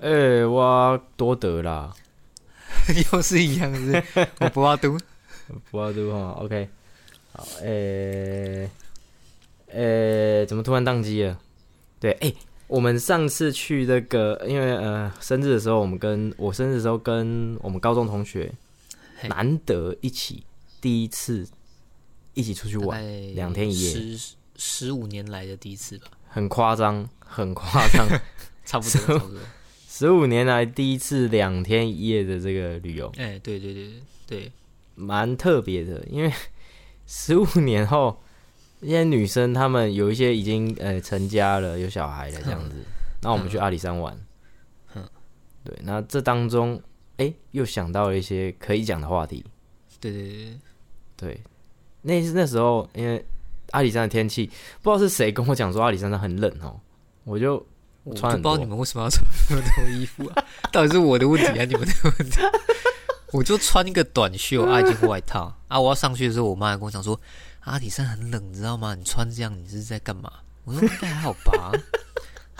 哎、我多得啦， 又是一样是不 是我不要读，不要读哈，OK，好，哎、哎、怎么突然宕机了？对，哎、我们上次去那个，因为呃，生日的时候，我们跟我生日的时候跟我们高中同学嘿难得一起第一次一起出去玩，啊两天一夜十十五年来的第一次吧，很夸张，很夸 张，差不多，差不多。十五年来第一次两天一夜的这个旅游，哎，对对对对，蛮特别的，因为 十五年后，一些女生她们有一些已经呃成家了，有小孩了这样子。那我们去阿里山玩，嗯对，那这当中，哎、又想到了一些可以讲的话题。对对对对，那那时候因为阿里山的天气，不知道是谁跟我讲说阿里山上很冷哦，我就我就穿很不知道多你们为什么要穿那么多衣服啊？ 到底是我的问题还是你们的问 题？我就穿一个短袖，啊，一件外套啊。我要上去的时候，我妈还跟我讲说：“阿里山很冷，你知道吗？你穿这样，你是在干嘛？”我说：“应该还好吧。”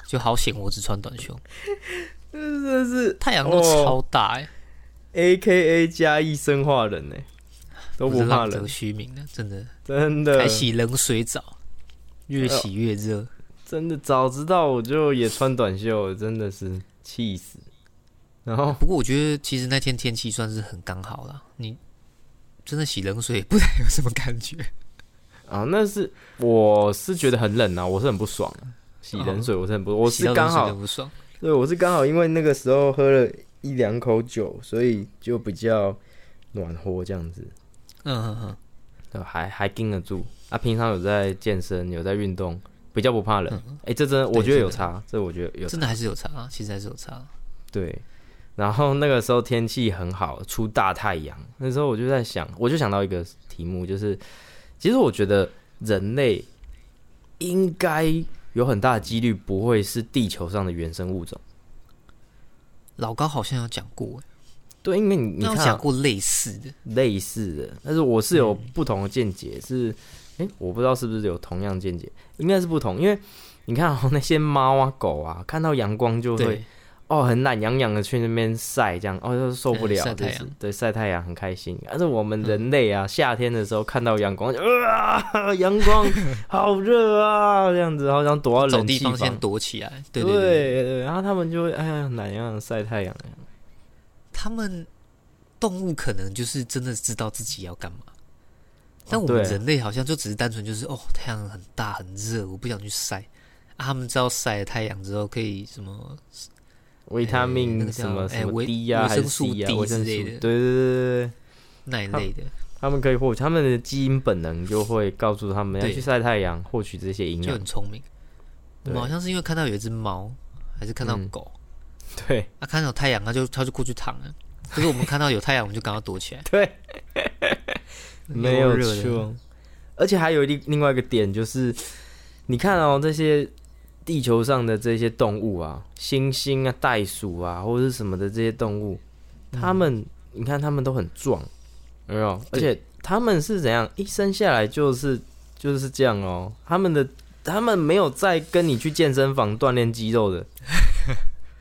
就好险，我只穿短袖。 真的是太阳都超大哎、 A K A 加一生化人呢、欸都我不是怕浪得冷，呃虚名的，真的。真的还洗冷水澡，越呃洗越热。真的早知道我就也穿短袖，真的是气死。然后不过我觉得其实那天天气算是很刚好啦，你真的洗冷水也 不太有什么感觉。啊，那是我是觉得很冷啊，我是很不爽、啊。洗冷水我是很不，我洗到是冷刚水都好，不爽。对，我是刚好因为那个时候喝了一两口酒，所以就比较暖和这样子，嗯哼哼，对还还盯得住。啊，平常有在健身，有在运动，比较不怕冷。哎、这真的我觉得有差，这我觉得有差真的还是有差，啊其实还是有差。对，然后那个时候天气很好，出大太阳。那时候我就在想，我就想到一个题目，就是其实我觉得人类应该有很大的几率不会是地球上的原生物种。老高好像有讲过、欸，对，因为你你那有看讲啊过类似的，类似的，但是我是有不同的见解，是哎、诶我不知道是不是有同样见解，应该是不同，因为你看哦，那些猫啊狗啊，看到阳光就会对，哦，很懒洋洋的去那边晒，这样哦，就是受不了，嗯晒太就是阳嗯对，晒太阳很开心。但是我们人类啊，夏天的时候看到阳光，就啊，阳 光好热啊，这样子，好想躲到找冷地气方房。先躲起来。对对对对，对然后他们就会哎呀，懒洋洋地晒太阳。啊他们动物可能就是真的知道自己要干嘛，但我哦对们人类好像就只是单纯就是哦，太阳很大很热，我不想去晒。啊，他们知道晒了太阳之后可以什么？维他哎那命个叫什么哎什么维 D 呀、维还是生素 C 呀、 D 维生素之类对的对对对对，那一类的，他们可以获取，他们的基因本能就会告诉他们要哎对去晒太阳，获取这些营就养很。聪明。我嗯对们好像是因为看到有一只猫，还是看到嗯狗，对啊，看到有太阳，它就它就过去躺了。可是我们看到有太阳，我们就赶快躲起来。对，没有又热的，错。而且还有另另外一个点就是，你看哦，这些地球上的这些动物啊，猩猩啊、袋鼠啊，或者是什么的这些动物，它们、你看它们都很壮，有没有？而嗯对且它们是怎样一生下来就是就是这样哦，它们的他们没有在跟你去健身房锻炼肌 肉的。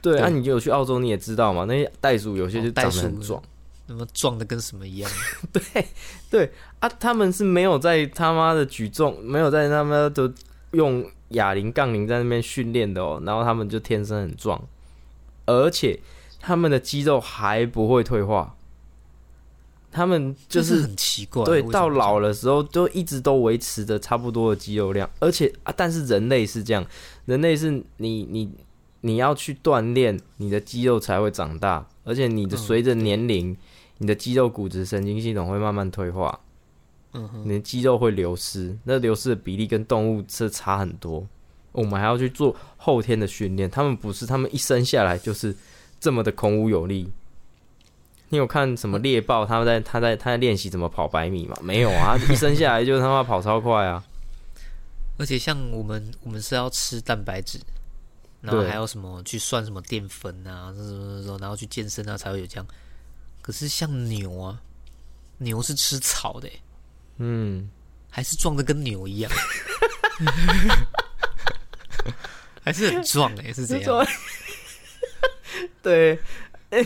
对，对啊，你有去澳洲你也知道嘛，那些袋鼠有些哦就袋长得鼠很壮。那么壮的跟什么一样？啊，他们是没有在他妈的举重，没有在他妈的用哑铃、杠铃在那边训练的哦，然后他们就天生很壮，而且他们的肌肉还不会退化，他们 就这是很奇怪。对，为什到么老的时候就一直都维持着差不多的肌肉量，而且啊，但是人类是这样，人类是你你你要去锻炼，你的肌肉才会长大，而且你的嗯随着年龄，你的肌肉骨质神经系统会慢慢退化，嗯你的肌肉会流失，那流失的比例跟动物是差很多。哦我们还要去做后天的训练，他们不是，他们一生下来就是这么的孔武有力。你有看什嗯么猎豹？他们在他在他在练习怎么跑百米吗？没有啊，一生下来就他妈跑超快啊！而且像我们，我们是要吃蛋白质，然后对还有什么去算什么淀粉啊，什么什么什么，然后去健身啊才会有这样。可是像牛啊，牛是吃草的欸、嗯，还是壮的跟 牛一样， 还是很壮哎、是怎这种样？ 对，哎、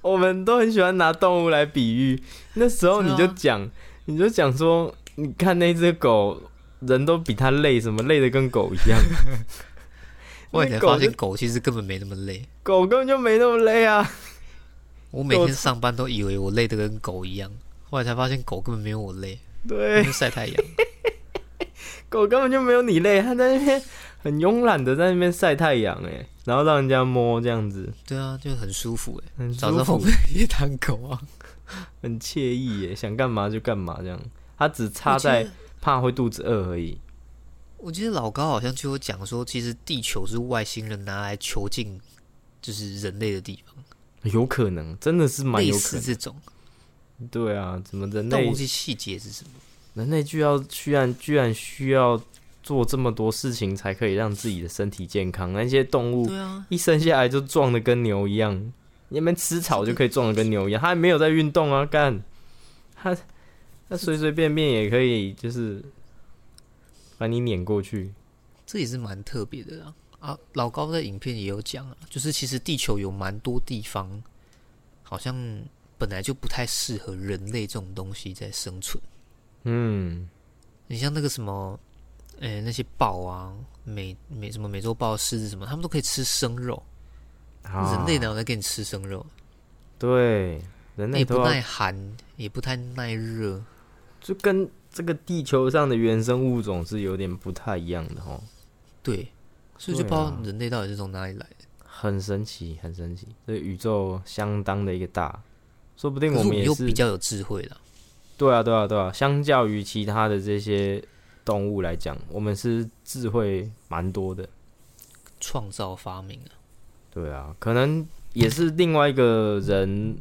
我们都很喜欢拿动物来比喻。那时候是啊你就讲，你就讲说，你看那只狗，人都比它累，什么累的跟狗一样。 我也才那狗发现就狗其实根本没那么累。狗根本就没那么累啊。我每狗天上班都以为我累得跟狗一样，后来才发现狗根本没有我累，因对，为晒太阳。狗根本就没有你累，它在那边很慵懒的在那边晒太阳，哎，然后让人家摸这样子，对啊，就很舒服哎、很早舒上我服们，也当狗啊，很惬意，哎，想干嘛就干嘛这样。它只差在怕会肚子饿而已。我记得老高好像就有讲说，其实地球是外星人拿来囚禁，就是人类的地方，有可能，真的是蛮类有可似能。这种。对啊，怎么人但我类忘记细节是什么。人类居要居然居然需要做这么多事情才可以让自己的身体健康？那些动物对啊，一生下来就壮的跟牛一样，你们吃草就可以壮的跟牛一样，它还没有在运动啊，干，它它随随便便也可以就是把你碾过去。这也是蛮特别的啊。啊，老高在影片也有讲啊，就是其实地球有蛮多地方，好像本来就不太适合人类这种东西在生存。嗯，你像那个什么，呃、那些豹啊，美美什么美洲豹、狮子什么，他们都可以吃生肉。啊人类哪有在给你吃生肉？对人类也都不要耐寒，也不太耐热。就跟这个地球上的原生物种是有点不太一样的哦，对，所以就不对知啊道人类到底是从哪里来的。很神奇，很神奇，这宇宙相当的一个大，说不定可我是们们也又是比较有智慧了。对啊，对啊，对啊，相较于其他的这些动物来讲，我们是智慧蛮多的。创造发明啊，对啊，可能也是另外一个人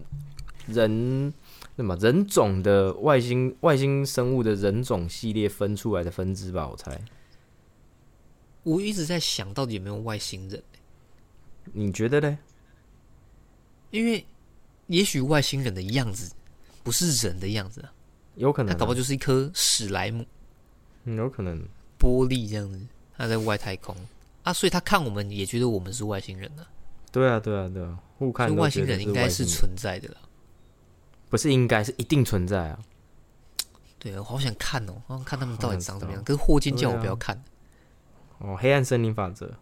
人什么人种的外星外星生物的人种系列分出来的分支吧，我猜。我一直在想到底有没有外星人，你觉得呢？因为也许外星人的样子不是人的样子啊，有可能他啊、搞不好就是一颗史莱姆嗯有可能。玻璃这样子，他在外太空啊，所以他看我们也觉得我们是外星人啊，对啊，对啊，对啊，互看所以都外觉星得人是应该外是星人存在的啦。不是应该是一定存在啊。对，我好想看哦，好想看他们到底长什好想么知道样。可是霍金对叫我啊不要看，哦，黑暗森林法则。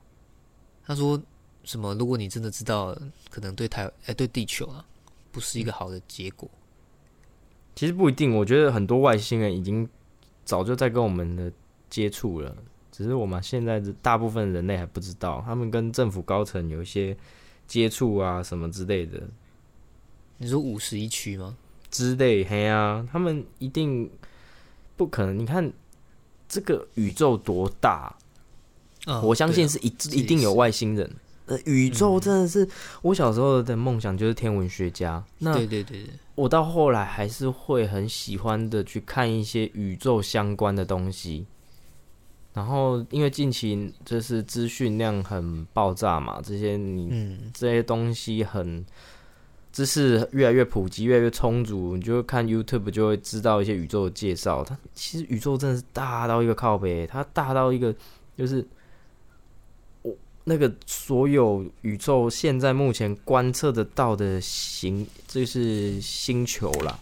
他说什么？如果你真的知道，可能对台哎、对地球啊，不是一个好的结果。其实不一定，我觉得很多外星人已经早就在跟我们的接触了，只是我们现在的大部分人类还不知道，他们跟政府高层有一些接触啊，什么之类的你说五十一区吗？之类，嘿啊，他们一定不可能。你看这个宇宙多大，啊我相信对啊是一、这也一定有是外星人。呃，宇宙真的是、我小时候的梦想，就是天文学家。那对对对对，我到后来还是会很喜欢的去看一些宇宙相关的东西。然后，因为近期就是资讯量很爆炸嘛，这些你嗯，这些东西很知识越来越普及，越来越充足，你就会看 YouTube 就会知道一些宇宙的介绍。它其实宇宙真的是大到一个靠北，它大到一个就是我那个所有宇宙现在目前观测得到的行，就是星球啦，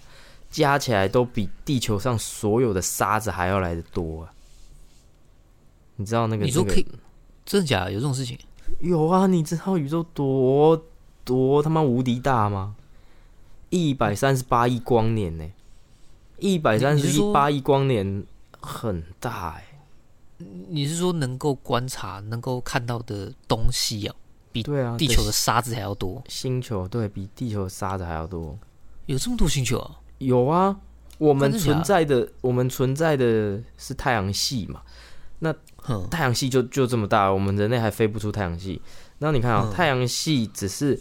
加起来都比地球上所有的沙子还要来的多、啊。你知道那个？你说那个可以，真的假的？有这种事情？有啊，你知道宇宙多多他妈无敌大吗？一百三十八亿光年呢、一百三你十是一说八亿光年很大哎、你是说能够观察、能够看到的东西啊，比对啊，地对球的沙子还要多？星球对比地球的沙子还要多。有这么多星球啊？有啊，我们真的假的存在的我们存在的是太阳系嘛，哼，太阳系就就这么大，我们人类还飞不出太阳系。那你看啊、嗯太阳系只是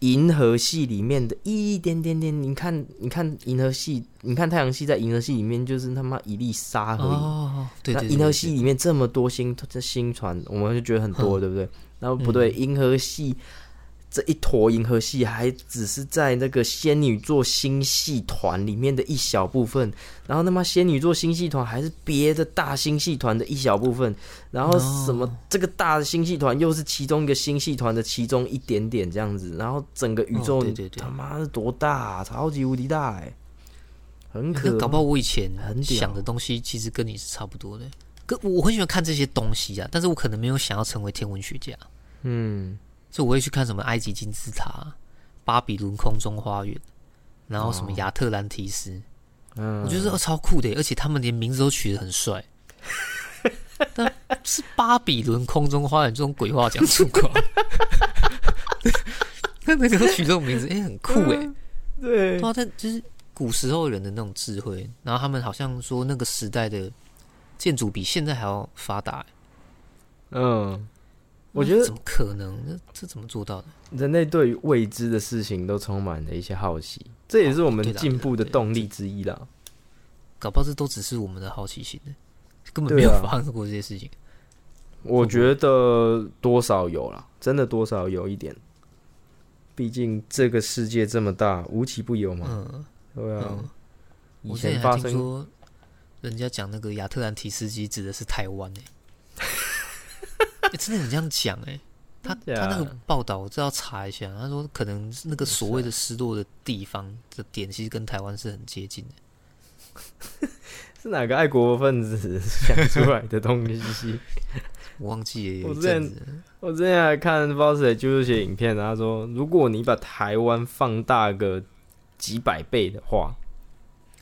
银河系里面的一点点点。你看，你看银河系，你看太阳系在银河系里面就是他妈一粒沙而已。哦，对那对对，银河对系里面这么多星这星船，我们就觉得很多，嗯对不对？然后不对，银河系这一坨银河系还只是在那个仙女座星系团里面的一小部分，然后他妈仙女座星系团还是别的大星系团的一小部分，然后哦什么这个大的星系团又是其中一个星系团的其中一点点这样子，然后整个宇宙、哦对对对他妈的多大啊、超级无敌大哎、很那可搞不好我以前很屌想的东西其实跟你是差不多的。跟我很喜欢看这些东西啊，但是我可能没有想要成为天文学家，嗯所以我会去看什么埃及金字塔、啊巴比伦空中花园，然后什么亚特兰提斯，哦嗯我觉得这超酷的，而且他们连名字都取得 很帅。但是巴比伦空中花园这种鬼话讲出 口， 他们都取这种名字，哎、很酷哎。对对啊，但就是古时候人的那种智慧，然后他们好像说那个时代的建筑比现在还要发达欸。嗯，我觉得怎么可能？这这怎么做到的？人类对于未知的事情都充满了一些好奇，这也是我们哦对啦进步的对啦动力之一啦。搞不好这都只是我们的好奇心呢， 根本对没有啊发生过这些事情。我觉得多少有啦，真的多少有一点。毕竟这个世界这么大，无奇不有嘛。嗯，对啊，嗯以我之前前还发听生说人家讲那个亚特兰提斯基指的是台湾 呢、欸真的有这样讲哎、他真的他那个假的报道，我知道查一下，他说可能是那个所谓的失落的地方的点，其实跟台湾是很接近的。是哪个爱国分子 想出来的东西？我忘记了有我一之阵前子，我之前还看不知道谁就是写影片，然啊后他说，如果你把台湾放大个几百倍的话，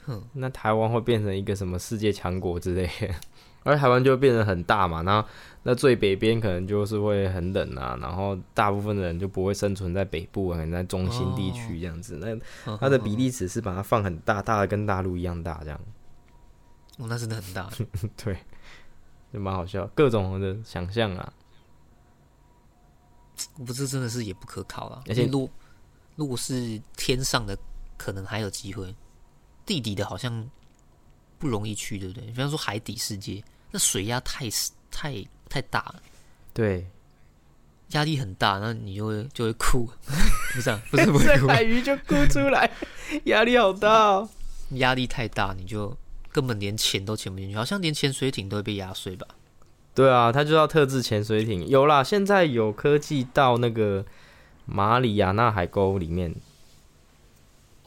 哼，那台湾会变成一个什么世界强国之类的， 而台湾就会变得很大嘛，然后那最北边可能就是会很冷啊，然后大部分的人就不会生存在北部，啊可能在中心地区这样子。那它的比例尺是把它放很大，大的跟大陆一样大，这样哦，那真的很大。对，就蛮好笑，各种的想象啊。我不是真的是也不可靠啦。而且因为如如果是天上的，可能还有机会；地底的好像不容易去，对不对？比方说海底世界，那水压太太太大了，对，压力很大，那你就会就会哭， 不是、啊、不是 不是哭，鱼就哭出来， 压力好大哦。压力太大，你就根本连潜都潜不进去，好像连潜水艇都会被压碎吧？对啊，他就要特制潜水艇。有啦，现在有科技到那个马里亚纳海沟里面，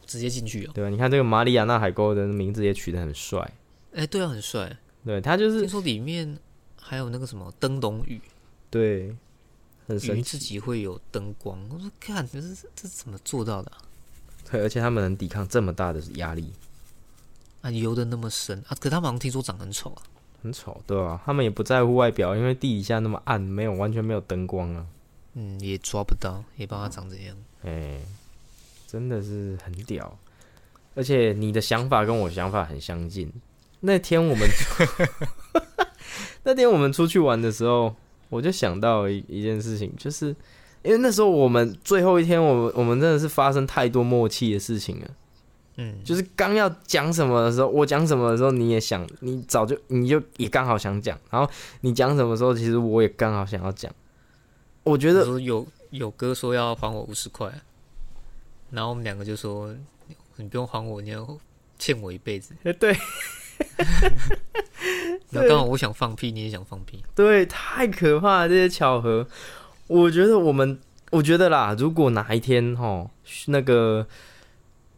直接进去哦。对吧？你看这个马里亚纳海沟的名字也取得很帅，哎，对啊，很帅。对他就听是说里面还有那个什么灯笼鱼，对，很鱼神奇，自己会有灯光。我说，看这是这怎么做到的啊、对，而且他们能抵抗这么大的压力，啊，游的那么深啊！可他们好像听说长得很丑啊，很丑，对吧、他们也不在乎外表，因为地底下那么暗，没有完全没有灯光啊，嗯，也抓不到，也不知道他长怎样。哎、真的是很屌。而且你的想法跟我想法很相近。那天我们 那天我们出去玩的时候，我就想到一一件事情，就是因为那时候我们最后一天，我们我们真的是发生太多默契的事情了。嗯，就是刚要讲什么的时候，我讲什么的时候，你也想，你早就你就也刚好想讲，然后你讲什么时候，其实我也刚好想要讲。我觉我得说有有哥说要还我五十块，啊然后我们两个就说你不用还我，你要欠我一辈子。哎对然后刚好我想放屁，你也想放屁，对，太可怕了，这些巧合。我觉得我们，我觉得啦，如果哪一天哈，那个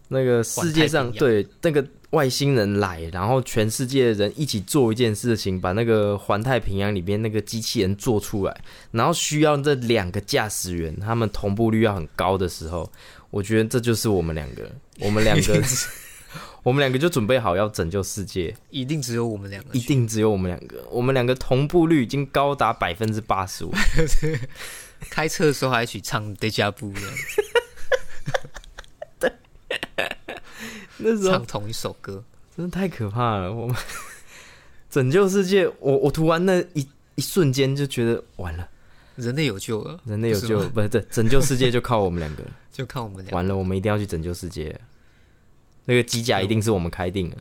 那个世界上环太平对那个外星人来，然后全世界的人一起做一件事情，把那个环太平洋里边那个机器人做出来，然后需要这两个驾驶员，他们同步率要很高的时候，我觉得这就是我们两个，我们两 个，我们两个就准备好要拯救世界。一定只有我们两个一去。定只有我们两个，我们两个同步率已经高达百分之八十五。开车的时候还一起唱《Deja Vu》这样， 那时候唱同一首歌。真的太可怕了，我们拯救世界，我我突然那一一瞬间就觉得完了，人类有救了，人类有不是救吗了，不是对，拯救世界就靠我们两个了，就看我们两个。完了，我们一定要去拯救世界了。那个机甲一定是我们开定的，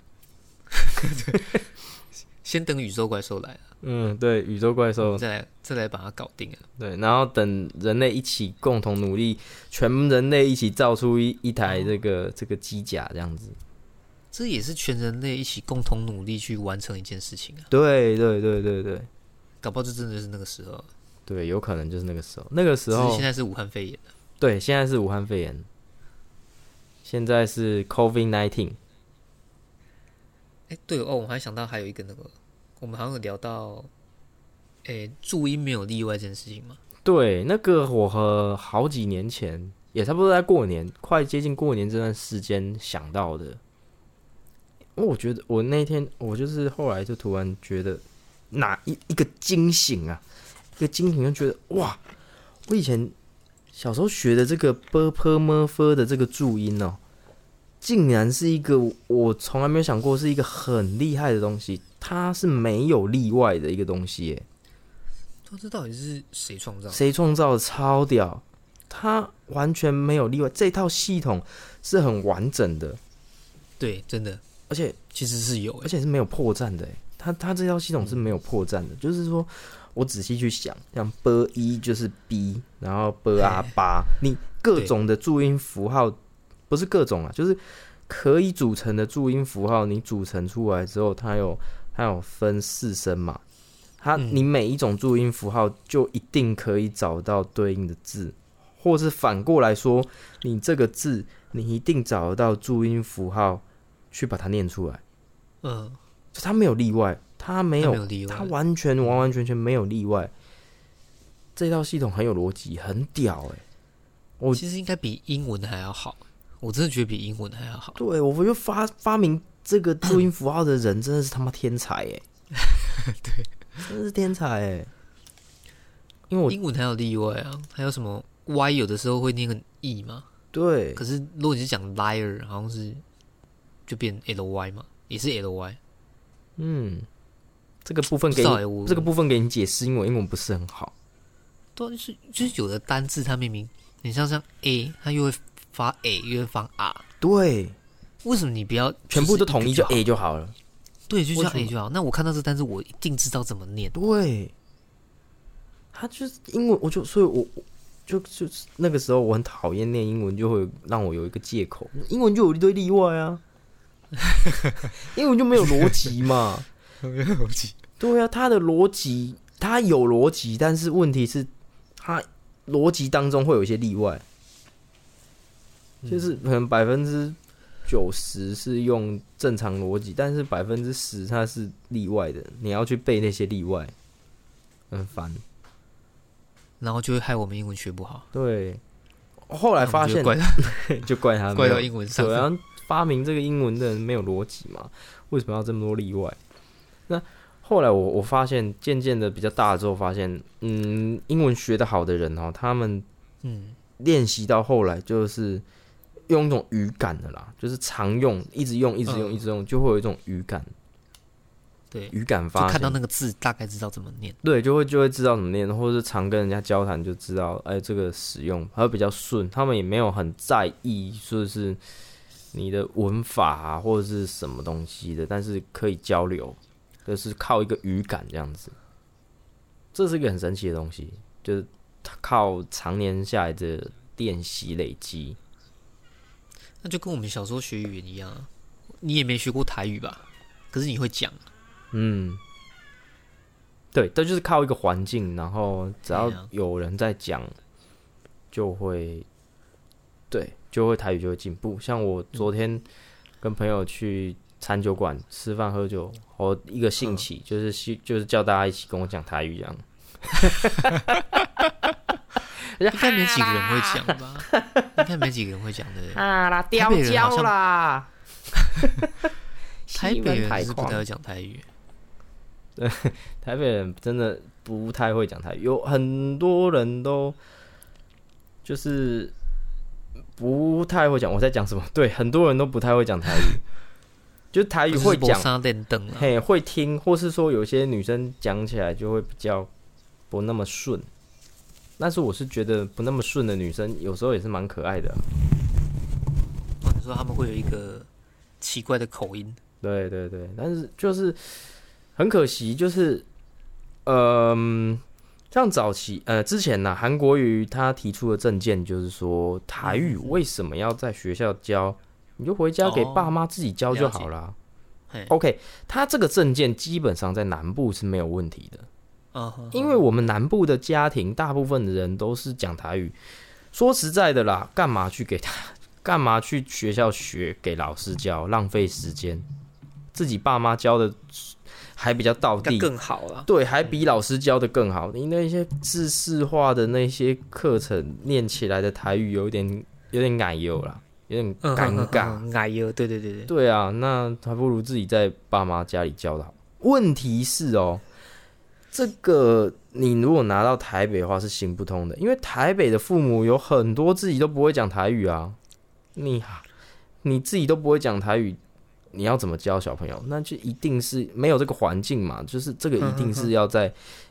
先等宇宙怪兽来啊，嗯，对，宇宙怪兽，再来再来把它搞定了。嗯对，然后等人类一起共同努力，全人类一起造出一一台这个这个机甲这样子。这也是全人类一起共同努力去完成一件事情啊！对对对对对搞不好这真的就是那个时候，啊对，有可能就是那个时候，那个时只是候现，在是武汉肺炎了对，现在是武汉肺炎，现在是 COVID nineteen，哎，对哦，我还想到还有一个那个，我们好像有聊到，哎，注音没有例外这件事情嘛？对，那个我和好几年前，也差不多在过年，快接近过年这段时间想到的。因为我觉得我那天，我就是后来就突然觉得，哪一一个惊醒啊，一个惊醒就觉得哇，我以前小时候学的这个 b p m f 的这个注音哦，竟然是一个我从来没有想过是一个很厉害的东西，它是没有例外的一个东西耶。说这到底是谁创造的？谁创造的超屌，它完全没有例外，这套系统是很完整的，对，真的而且其实是有而哎，且是没有破绽的欸。它它这套系统是没有破绽的，就是说我仔细去想，像 b 一就是 b，然后 b 啊八，你各种的注音符号不是各种啊，就是可以组成的注音符号，你组成出来之后，它有它有分四声嘛，它嗯你每一种注音符号就一定可以找到对应的字，或是反过来说，你这个字你一定找得到注音符号去把它念出来。嗯，就他没有例外，他没它有，没有例外他，完全完完全全没有例外。这套系统很有逻辑，很屌哎、我其实应该比英文还要好，我真的觉得比英文还要好。对，我觉得发发明这个注音符号的人真的是他妈天才哎、对，真的是天才哎、因为我英文还有例外啊，还有什么 y 有的时候会念个 e 嘛，对可是如果你是讲 liar，好像是就变 ly 嘛，也是 ly。嗯，这个部分不给知你道欸我这个部分给你解释，因为我英文不是很好。对啊，就是就是有的单字它明明你像像 a，它又会发 a，又会发 r，对，为什么你不要全部都就是统一一就个就好 A 就好了。对，就为叫什么 a 就好？那我看到这单字，我一定知道怎么念。对，他就是英文，我就所以我，我就就是那个时候我很讨厌念英文，就会有让我有一个借口，英文就有一堆例外啊，英文就没有逻辑嘛， 逻辑对啊，他的逻辑他有逻辑，但是问题是，他逻辑当中会有一些例外，就是可能百分之。九十是用正常逻辑，但是百分之十它是例外的，你要去背那些例外，很烦。然后就会害我们英文学不好。对，后来发我觉现得怪就怪 他们，怪到英文上对，，啊然后发明这个英文的人没有逻辑嘛？为什么要这么多例外？那后来我我发现，渐渐的比较大了之后，发现，嗯，英文学得好的人哦，他们嗯，练习到后来就是用一种语感的啦，就是常用，一直用，一直用，嗯一直用，就会有一种语感，对，就语感发看到现那个字大概知道怎么念。对，就会就会知道怎么念，或者是常跟人家交谈就知道，哎，这个使用还会比较顺，他们也没有很在意说是你的文法啊或者是什么东西的，但是可以交流，就是靠一个语感这样子，这是一个很神奇的东西，就是靠常年下来的练习累积。那就跟我们小时候学语言一样啊，你也没学过台语吧？可是你会讲啊， 嗯，对，这就是靠一个环境，然后只要对啊有人在讲，就会，对，就会台语就会进步。像嗯我昨天跟朋友去餐酒馆吃饭喝酒，我一个兴起、就是兴就是叫大家一起跟我讲台语这 样。应该没几个人会讲吧？ 应该没几个人会讲的。啊啦，台北人好像啦， 台北 西门人是不狂太会讲台语，台北人真的不太会讲台语，有很多人都就是不太会讲。我在讲什么？对，很多人都不太会讲台语， 就台语会讲，沙练灯啊，嘿，会听，或是说有些女生讲起来就会比较不那么顺。但是我是觉得不那么顺的女生，有时候也是蛮可爱的啊、哦你说他们会有一个奇怪的口音，对对对，但是就是很可惜，就是嗯，像早期呃之前呢、韩国瑜他提出的政见就是说，台语为什么要在学校教？你就回家给嗯哦爸妈自己教就了解好啦。嘿， OK，他这个证件基本上在南部是没有问题的，嗯哼，因为我们南部的家庭大部分的人都是讲台语。说实在的啦，干嘛去给他？ 干嘛去学校学给老师教？浪费时间，自己爸妈教的还比较到那地，更好啊了。对，还比老师教的更好。你那些知识化的那些课程念起来的台语有点有点奶油啦，有点嗯尴尬。，嗯嗯嗯哎呦，对对对对，对啊，那还不如自己在爸妈家里教的好。问题是哦，这个你如果拿到台北的话是行不通的，因为台北的父母有很多自己都不会讲台语啊，你你自己都不会讲台语，你要怎么教小朋友？那就一定是没有这个环境嘛，就是这个一定是要在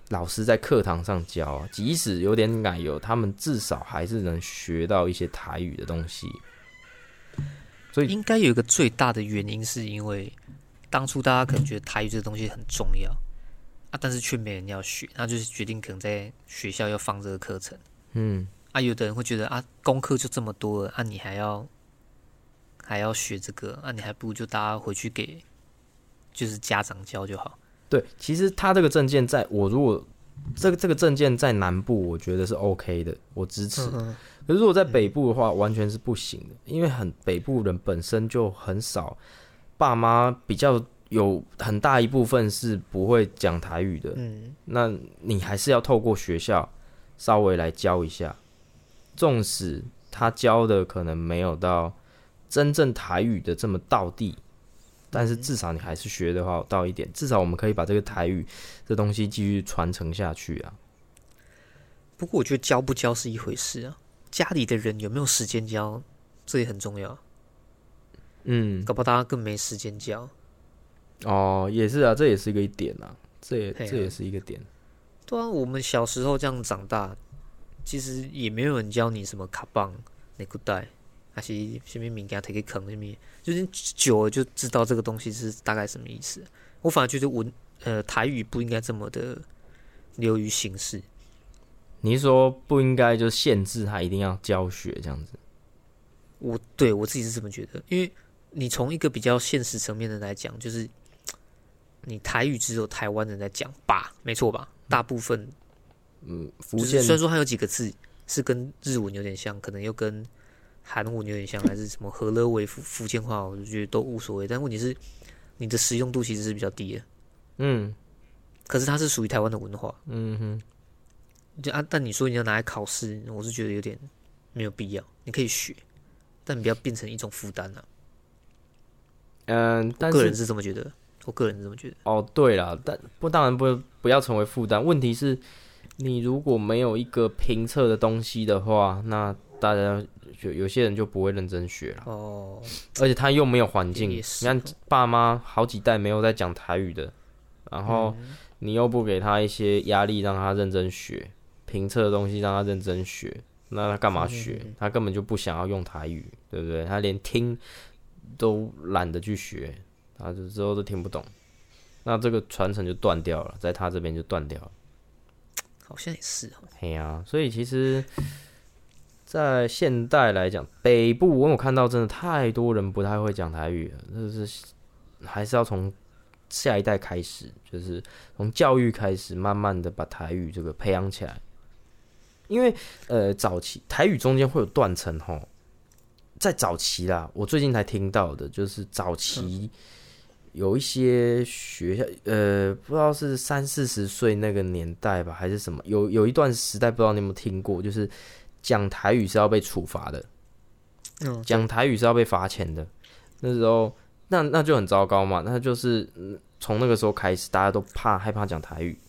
老师在课堂上教啊，即使有点奶油，他们至少还是能学到一些台语的东西。对应该有一个最大的原因，是因为当初大家可能觉得台语这个东西很重要啊，但是却没人要学，那就是决定可能在学校要放这个课程嗯。啊。有的人会觉得啊，功课就这么多了，啊，你还要还要学这个，啊，你还不如就大家回去给就是家长教就好。对，其实他这个证件在我如果这个这个证件在南部，我觉得是 OK 的，我支持。嗯可是如果在北部的话，完全是不行的，因为很北部人本身就很少，爸妈比较有很大一部分是不会讲台语的，嗯，那你还是要透过学校稍微来教一下，纵使他教的可能没有到真正台语的这么到地，但嗯是至少你还是学的话到一点，至少我们可以把这个台语这东西继续传承下去啊。不过我觉得教不教是一回事啊，家里的人有没有时间教，这也很重要。嗯，搞不好大家更没时间教。哦，也是啊，这也是一个点啊，这也嘿啊这也是一个点。对啊，我们小时候这样长大，其实也没有人教你什么卡棒、内裤带，还是什么物件摕去坑什么，就是久了就知道这个东西是大概什么意思。我反而觉得文呃台语不应该这么的流于形式。你是说不应该就限制他一定要教学这样子？我对我自己是这么觉得，因为你从一个比较现实层面的来讲，就是你台语只有台湾人在讲吧，没错吧？大部分福就是建虽然说它有几个字是跟日文有点像，可能又跟韩文有点像，还是什么和乐为福福建话，我就觉得都无所谓。但问题是，你的实用度其实是比较低的。嗯可是它是属于台湾的文化，嗯哼，就啊，但你说你要拿来考试，我是觉得有点没有必要。你可以学，但不要变成一种负担啊。嗯，但个是人是这么觉得，我个人是这么觉得。哦，对了，但不当然不不要成为负担。问题是，你如果没有一个评测的东西的话，那大家就有些人就不会认真学了。哦，而且他又没有环境，也你是哦看爸妈好几代没有在讲台语的，然后嗯你又不给他一些压力，让他认真学评测的东西，让他认真学，那他干嘛学？嗯他根本就不想要用台语，对不对？他连听都懒得去学，他就之后都听不懂。那这个传承就断掉了，在他这边就断掉了。好像也是哦。嘿呀、所以其实，在现代来讲，北部我有看到真的太多人不太会讲台语了，就是还是要从下一代开始，就是从教育开始，慢慢的把台语这个培养起来。因为呃，早期台语中间会有断层吼，在早期啦，我最近才听到的，就是早期有一些学校，呃，不知道是三四十岁那个年代吧，还是什么，有有一段时代，不知道你有没有听过，就是讲台语是要被处罚的，嗯，讲台语是要被罚钱的。那时候，那那就很糟糕嘛，那就是嗯从那个时候开始，大家都怕害怕讲台语，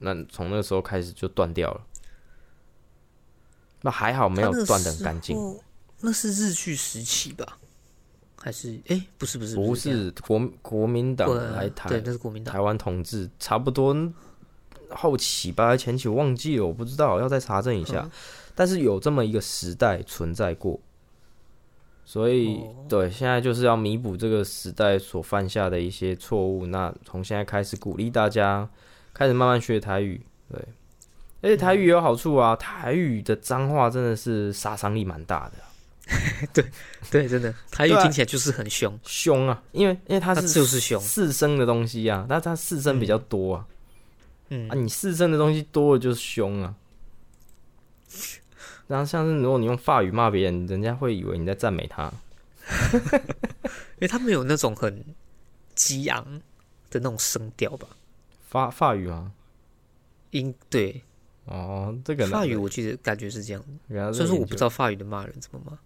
那从那个时候开始就断掉了。那还好没有他那断的很干净时。候。那是日剧时期吧？还是哎、不是不是不这样是国国民党对来台对，那是国民党。台湾统治，差不多后期吧，前期我忘记了，我不知道，要再查证一下。嗯但是有这么一个时代存在过，所以、哦对现在就是要弥补这个时代所犯下的一些错误。那从现在开始鼓励大家开始慢慢学台语，对，而且台语也有好处啊，台语的脏话真的是杀伤力蛮大的啊、 对，真的台语对啊听起来就是很凶，凶啊，因为因为它它是就是凶。四声的东西啊，但它四声比较多啊，嗯啊，，你四声的东西多了就是凶啊。然后像是如果你用法语骂别人，人家会以为你在赞美他。因为它没有那种很激昂的那种声调吧。法法语啊，英对哦，这个法语，我记得感觉是这样，原来虽然说我不知道，道法语的骂人怎么骂。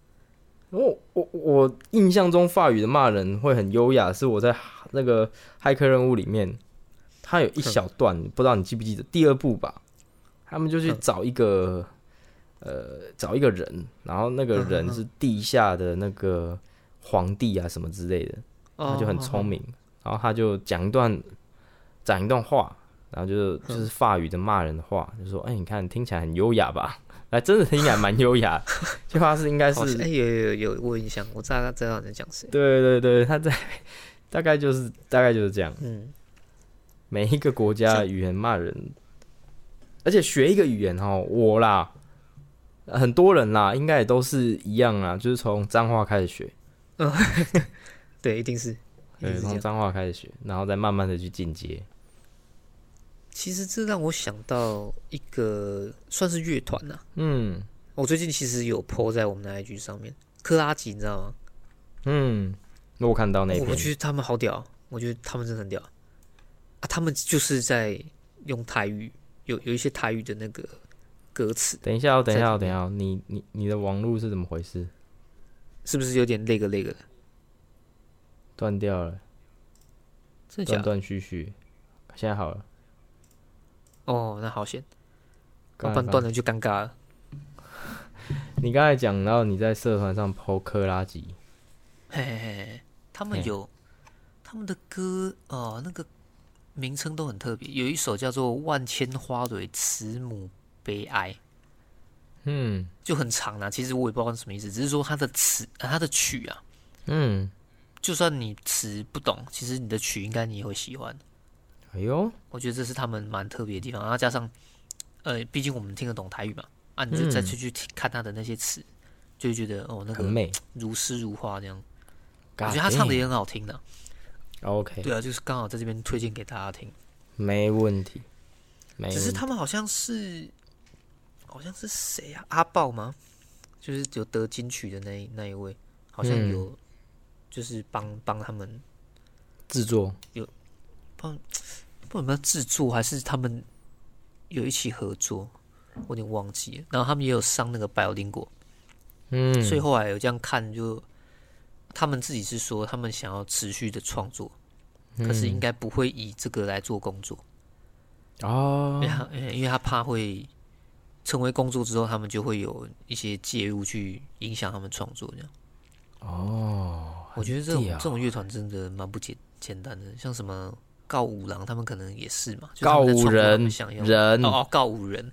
我哦我我印象中法语的骂人会很优雅，是我在那个骇客任务里面，他有一小段，不知道你记不记得第二部吧？他们就嗯去找一个、呃找一个人，然后那个人是地下的那个皇帝啊什么之类的，哦他就很聪，明，然后他就讲一段讲一段话，然后就嗯就是法语的骂人的话，就说：“哎、你看听起来很优雅吧？ 哎，真的听起来蛮优 雅的。”就他是应该好像是哎、有有有有，我有印象，我大概知道你在讲谁。对 对对，他在 大概就是大概就是这样。嗯，每一个国家的语言骂人，而且学一个语言哦，我啦，很多人啦，应该也都是一样啊，就是从脏话开始学，对，一定是，一定对，是这从样。脏话开始学，然后再慢慢的去进阶。其实这让我想到一个算是乐团呐、嗯我最近其实有 po 在我们的 IG 上面，克拉吉，你知道吗？嗯，那我看到那一哦我篇。觉得他们好屌，我觉得他们真的很屌啊！他们就是在用台语，有有一些台语的那个歌词，等一下、哦，等一下、哦，在等一下、哦，你你你的网络是怎么回事？是不是有点那个那个的？断掉了，真的假断的？断续续，现在好了。哦，那好险，刚要才不然断刚了就尴尬了。你刚才讲到你在社团上剖克拉吉，嘿嘿嘿嘿，他们嘿有他们的歌哦，那个名称都很特别，有一首叫做《万千花蕊慈母悲哀》。嗯就很长啦、其实我也不知道是什么意思，只是说它的词、呃它的曲啊，嗯，就算你词不懂，其实你的曲应该你也会喜欢。哎呦，我觉得这是他们蛮特别的地方。然后加上，呃，毕竟我们听得懂台语嘛，啊，你就再去去听看他的那些词，就会觉得哦，那嗯很个美。如诗如画这样。我 God 觉得他唱的 damn 也很好听的、 OK，对啊，就是刚好在这边推荐给大家听。没问题，没只问是题。他们好像是，好像是谁啊？阿豹吗？就是有得金曲的那一那一位，好像嗯有，就是帮帮他们制作不知道有没有制作，还是他们有一起合作，我有点忘记了。然后他们也有上那个百奥丁果，嗯，所以后来有这样看就，他们自己是说他们想要持续的创作，可是应该不会以这个来做工作，因哦为，他嗯 因为他怕会成为工作之后，他们就会有一些介入去影响他们创作这样。哦，我觉得这种屌啊这种乐团真的蛮不简简单的，像什么。告五郎他们可能也是嘛，就是他告们在五创作他人们想要人哦哦，告五人，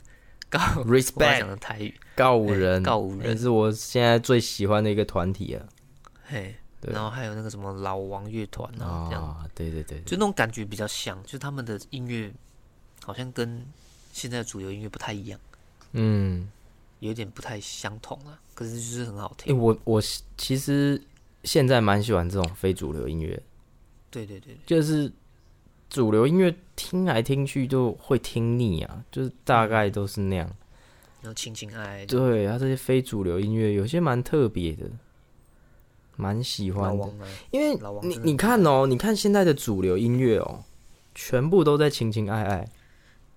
告我刚才 respect 讲的台语， 告五人，嗯告五也人，是我现在最喜欢的一个团体了嘿，对然后还有那个什么老王乐团啊，这样，啊！对对对，就那种感觉比较像，就他们的音乐好像跟现在的主流音乐不太一样，嗯，有点不太相同啊，可是就是很好诶，听，哎我我其实现在蛮喜欢这种非主流音乐的，对对对，就是主流音乐听来听去就会听腻啊，就是大概都是那样。然后情情爱爱的，对，啊它这些非主流音乐有些蛮特别的，蛮喜老欢的。王啊，因为老王真你的你看哦，你看现在的主流音乐哦，全部都在情情爱爱，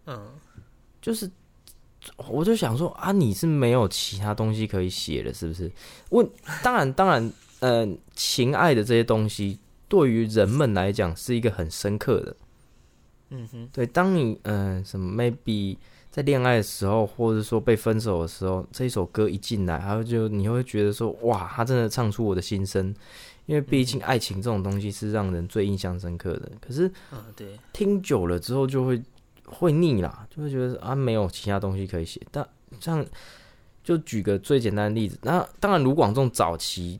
嗯，就是我就想说啊，你是没有其他东西可以写的，是不是？问，当然当然，呃，情爱的这些东西对于人们来讲是一个很深刻的，嗯哼，对，当你嗯、呃什么 maybe 在恋爱的时候，或者说被分手的时候，这一首歌一进来，然后就你会觉得说哇，他真的唱出我的心声，因为嗯毕竟爱情这种东西是让人最印象深刻的。可是嗯，对，听久了之后就会会腻啦，就会觉得啊没有其他东西可以写。但像就举个最简单的例子，那当然卢广仲早期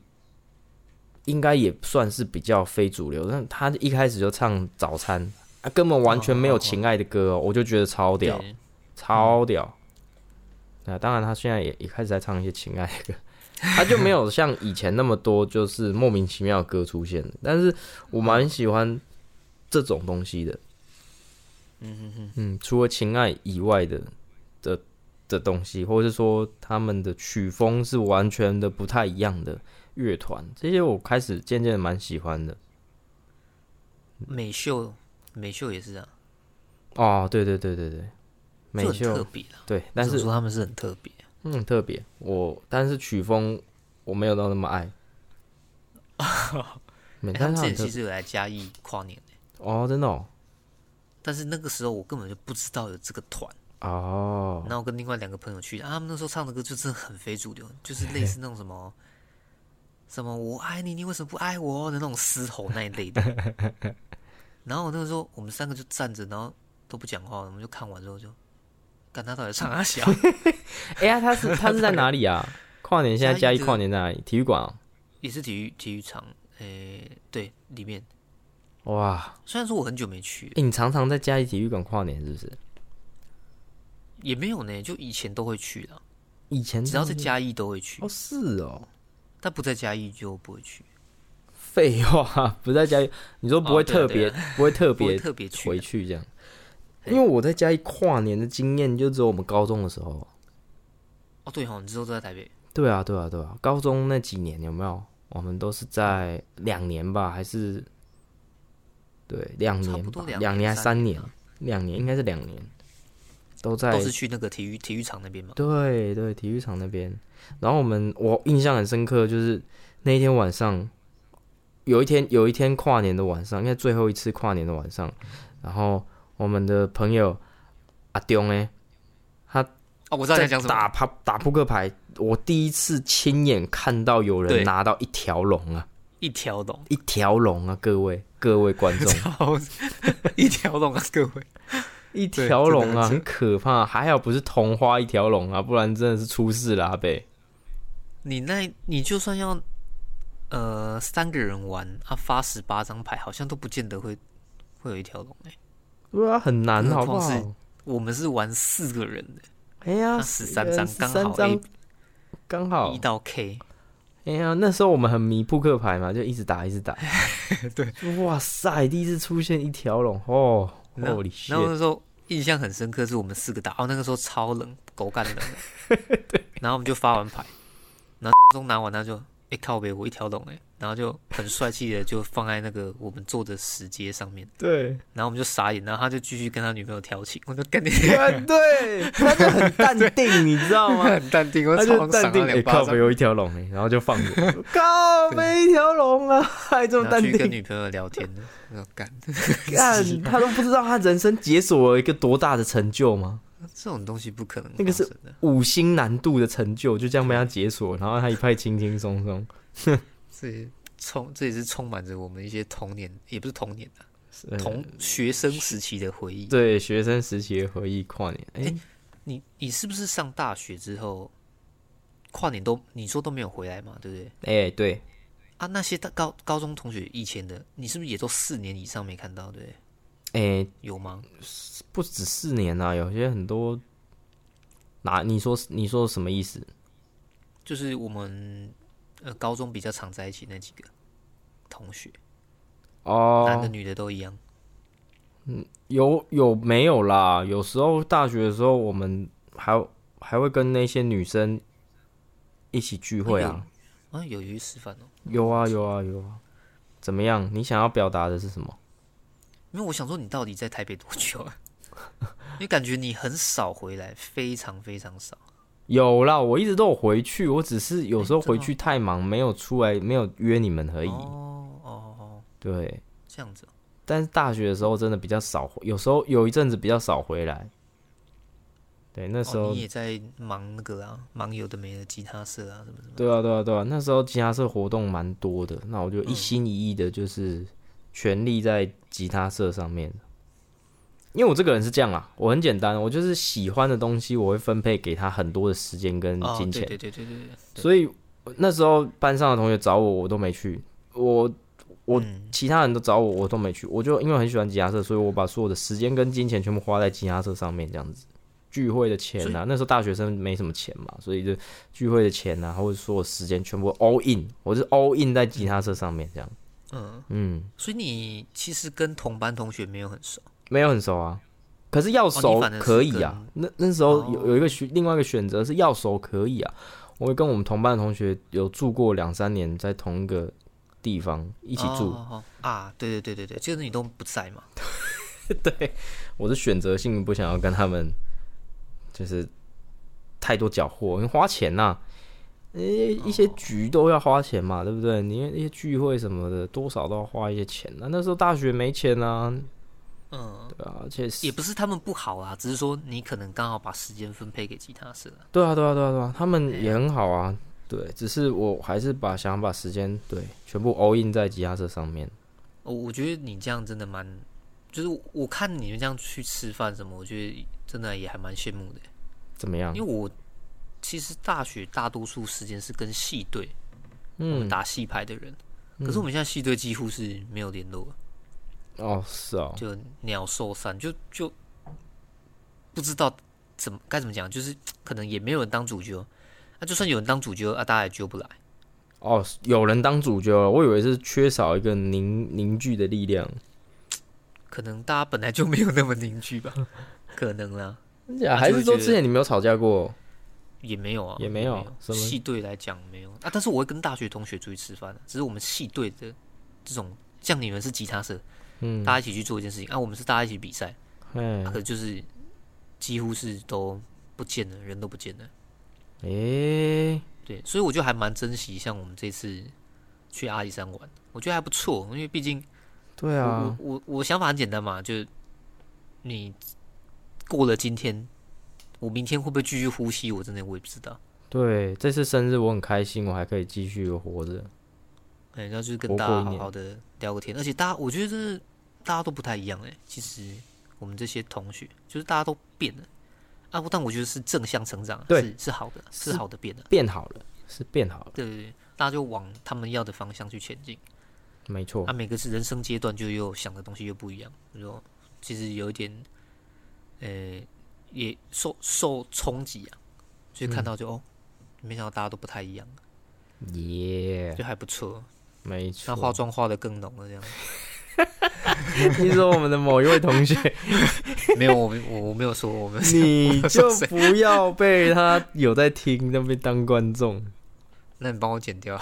应该也算是比较非主流，但他一开始就唱早餐，啊，根本完全没有情爱的歌哦，我就觉得超屌，对超屌。那、当然，他现在也也开始在唱一些情爱的歌， 他就没有像以前那么多就是莫名其妙的歌出现了。但是我蛮喜欢这种东西的，嗯嗯，除了情爱以外的的的东西，或者是说他们的曲风是完全的不太一样的乐团，这些我开始渐渐地蛮喜欢的。美秀，美秀也是啊，哦，对对对对对，美就很特秀别啦。对，但只能是说他们是很特别，嗯很特别，我但是曲风我没有到那么爱，没，哎他但们是它之前很特其实有来嘉义跨年，哦，真的哦，但是那个时候我根本就不知道有这个团。哦然后我跟另外两个朋友去，啊，他们那时候唱的歌就真的很非主流， 就是类似那种什么什么我爱你，你为什么不爱我的那种嘶吼那一类 的。然后我那个时候我们三个就站着，然后都不讲话，我们就看完之后就，干他到底唱 啊小？哎呀，他是他是在哪里啊？跨年现在嘉嘉义义的跨年在哪里？体育馆哦、也是体育体育场，诶、对，里面哇，虽然说我很久没去，诶你常常在嘉义体育馆跨年是不是？也没有呢，就以前都会去的，以前只要在嘉义都会去嗯哦，，是哦，但不在嘉义就不会去，废话，不在嘉义，你说不会哦对啊特别、对不会特不会别特别去回啊。去这样？因为我在嘉义跨年的经验就只有我们高中的时候。哦，对哦，你之后都在台北，对啊，对啊，对啊，高中那几年有没有？我们都是在两年吧，还是对两差年不吧多两两年还三年年？两年应该是两年，都在都是去那个体育体育场那边嘛。对对体育场那边。然后我们我印象很深刻，就是那一天晚上，有一天有一天跨年的晚上，应该最后一次跨年的晚上，然后我们的朋友阿东哎，他哦，我知道在你在讲什打么。扑打扑克牌，我第一次亲眼看到有人对拿到一条龙啊，一条龙，一条龙啊，各位各位观众， 一条龙啊，各位。一条龙啊，对真的很扯很可怕。还好不是同花一条龙啊，不然真的是出事了阿啊北。你那，你就算要呃三个人玩啊，发十八张牌，好像都不见得会会有一条龙哎。对啊，很难，更好何不况是好？我们是玩四个人的，哎呀，那13张13刚好张 A 刚好一。到 K，哎呀，那时候我们很迷扑克牌嘛，就一直打，一直打。 对，哇塞，第一次出现一条龙哦然后，Holy 然后 shit！那时候印象很深刻，是我们四个打，哦，那个时候超冷，狗干冷的。 然后我们就发完牌，然后中拿完，他就哎、欸靠北，我一条龙哎，然后就很帅气的就放在那个我们坐的石阶上面。对， 然后我们就傻眼，然后他就继续跟他女朋友调情，我就 跟你啊对，他就很淡 定，你知道吗？很淡定，我他就淡定，也欸靠，没有一条龙哎，然后就放着，靠，没一条龙啊，还这么然后淡去跟定，女朋友聊天的，我说干，干他都不知道他人生解锁了一个多大的成就吗？这种东西不可能，那个是的，五星难度的成就就这样被他解锁，然后他一派轻轻松松，这也充这也是充满着我们一些童年，也不是童年啊，呃童学生时期的回忆。对学生时期的回忆跨年，哎，你你是不是上大学之后跨年都你说都没有回来嘛，对不对？哎，对，啊，那些大高高中同学以前的，你是不是也都四年以上没看到？对不对，哎，有吗？不止四年呐，有些很多，哪你说你说什么意思？就是我们呃高中比较常在一起那几个同学，男的哦，女的都一样。有有没有啦？有时候大学的时候，我们还还会跟那些女生一起聚会啊。啊，有鱼吃饭哦。有啊，有啊，有啊。怎么样？你想要表达的是什么？因为我想说，你到底在台北多久啊？ 你感觉你很少回来，非常非常少。有啦，我一直都有回去，我只是有时候诶真的回吗去太忙，没有出来，没有约你们而已。哦哦哦，对，这样子哦。但是大学的时候真的比较少回，有时候有一阵子比较少回来。对，那时哦候你也在忙那个啊，忙有的没的吉他社啊什么什么。对啊，对啊，对啊，那时候吉他社活动蛮多的，那我就嗯一心一意的，就是全力在吉他社上面。因为我这个人是这样啊，我很简单，我就是喜欢的东西，我会分配给他很多的时间跟哦，嗯金对钱，对对对对对。呃所以那时候班上的同学找我，我都没去。我我嗯其他人都找我，我都没去。我就因为很喜欢吉他社，所以我把所有的时间跟金钱全部花在吉他社上面，这样子。聚会的钱啊，那时候大学生没什么钱嘛，所以就聚会的钱啊，或者所有时间全部 all in，我是 all in 在吉他社上面这样。嗯，嗯，所以你其实跟同班同学没有很熟，没有很熟啊，可是要哦熟你反而是哦可以啊。那那时候有有一个选另外一个选择是要熟可以啊。我会跟我们同班的同学有住过两三年，在同一个地方一一起住。啊？对对对对对，就是你都不在嘛。对，我是选择性不想要跟他们就是太多缴获，因为花钱呐、呃，哦一些局都要花钱嘛，对不对？你一些聚会什么的，多少都要花一些钱啊那、那时候大学没钱啊，嗯，对啊，而且也不是他们不好啊，只是说你可能刚好把时间分配给吉他社啊。对啊，对啊，对啊，对啊，他们也很好啊。对，只是我还是把想把时间对全部 all in 在吉他社上面。我哦我觉得你这样真的蛮，就是我看你们这样去吃饭什么，我觉得真的也还蛮羡慕的。怎么样因为？我其实大学大多数时间是跟系队，我们嗯，打戏牌的人，可是我们现在系队几乎是没有联络了，哦，是哦，就鸟兽散，就就不知道怎么该怎么讲，就是可能也没有人当主角，那、就算有人当主角，啊，大家也救不来。哦，有人当主角了，我以为是缺少一个凝凝聚的力量。可能大家本来就没有那么凝聚吧，可能啦，真假？啊还就是会说觉之前你没有吵架过？也没有啊，也没没有什么系队来讲没有啊，但是我会跟大学同学出去吃饭、啊，只是我们系队的这种，像你们是吉他社，嗯，大家一起去做一件事情啊，我们是大家一起比赛，哎啊、，可就是几乎是都不见了，人都不见了，诶，对，所以我就还蛮珍惜，像我们这次去阿里山玩，我觉得还不错，因为毕竟对我、啊，我我我想法很简单嘛，就是你过了今天，我明天会不会继续呼吸，我真的我也不知道。对，这次生日我很开心，我还可以继续活着。哎、那就是跟活大过家一好年好的聊个天，而且大家我觉得真的大家都不太一样哎、其实我们这些同学就是大家都变了啊，但我觉得是正向成长，对是是好的，是是好的变的，变好了，是变好了，对对对，大家就往他们要的方向去前进。没错啊，。每个是人生阶段就又想的东西又不一样，比如说其实有一点，呃，也受受冲击啊，所以看到就、哦，没想到大家都不太一样，耶，就还不错。没那化错。妆化的更浓了，这样 听说我们的某一位同学， 没有我没我我没有 说，我没有说你就不要被他有在听那边当观众。那你帮我剪掉，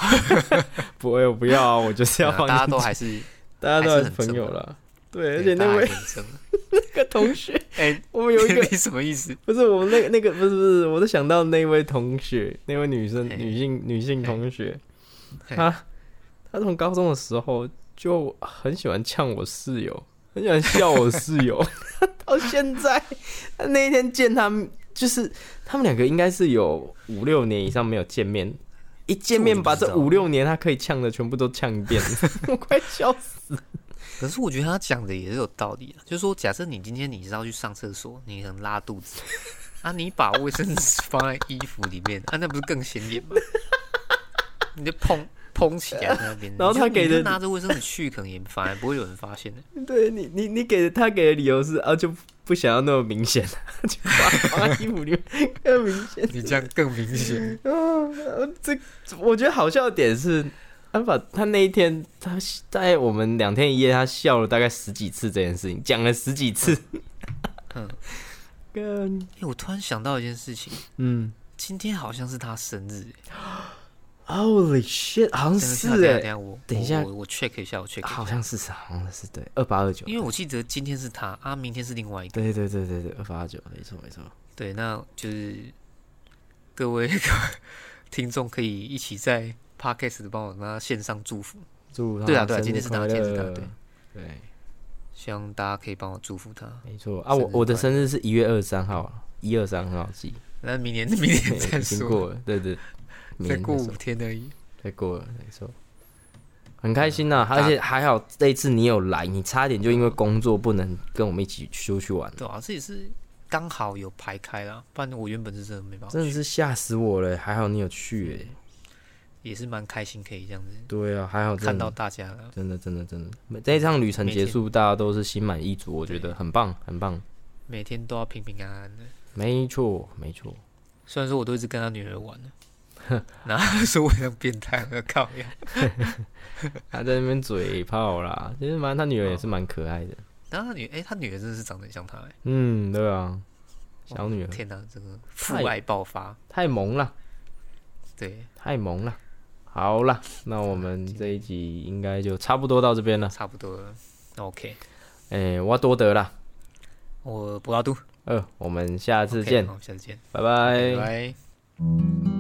不会，我不要啊，我就是要对啊放大家进都去还是大家都还是是很朋正友的了。对，而对且大那家位还是很正那个同学， 哎，我们有一个 你什么意思？不是我们那个那个不是不是，我是想到那位同学，那位女生嘿女性女性同学，嘿她她从高中的时候就很喜欢呛我室友，很喜欢笑我室友， 到现在她那一天见他们，就是他们两个应该是有五六年以上没有见面。一见面，把这这我就五不六年她可以呛的全部都呛一遍， 我快笑死！可是我觉得他讲的也是有道理啊，就是说，假设你今天你是要去上厕所，你可能拉肚 子，啊，你把卫生纸放在衣服里面，啊，那不是更显 眼吗？你就砰砰起来在那边，然后他 你就给的你就拿着卫生纸去，可能也反而不会有人发现的。对你，你你给的他给的理由是啊，就不想要那么明显， 就把放在衣服里面更明显。 你这样更明显，呃，这我觉得好笑的点是，安法他那一天，他在我们两天一夜，他笑了大概十几次这件事情，讲了十几次。 嗯，跟哎、我突然想到一件事情，嗯今天好像是他生日、欸， ，Holy shit，好像等一下是欸等一哎、下我等一下我我我 check 一下，我 check 一好下，像是是，好像是对，二八二九。因为我记得今天是他啊，明天是另外一个。对对对对对，二八二九，没错没错。对，那就是各位听众可以一起在 podcast 的帮我跟他线上祝福，祝他对啊对啊生日今天是他快今天是他乐对对，希望大家可以帮我祝福他。没错啊，生日我我的快乐生日是一月二十三号，啊一二三很好 记，那 明年明年再已经说，过了，对对，明再年过再说五天而已。再过了，没错，很开心呐、嗯而且还好这一次你有来，你差点就因为工作不能跟我们一起出去玩，对啊，这也是刚好有排开啦，不然我原本是真的没办法真的去，是吓死我了，还好你有去哎、也是蛮开心，可以这样子对啊，还好真的看到大家了。真的真的真的，每这一趟旅程结束，大家都是心满意足，我觉得很棒很棒。每天都要平平安安的。没错没 错，虽然说我都一直跟他女 儿玩了，然后说我像变态，我靠呀！他在那边嘴炮啦，其实蛮他女儿也是蛮可爱的。然后他女，哎、他女儿真的是长得很像他、哎嗯，对啊，小女儿天哪，这个父爱爆发，太萌了，对，太萌了。好啦，那我们这一集应该就差不多到这边了。差不多了。那 OK，哎、我要多得啦。我不要读，呃，我们下次 OK，见好，下次见，拜拜拜拜。嗯。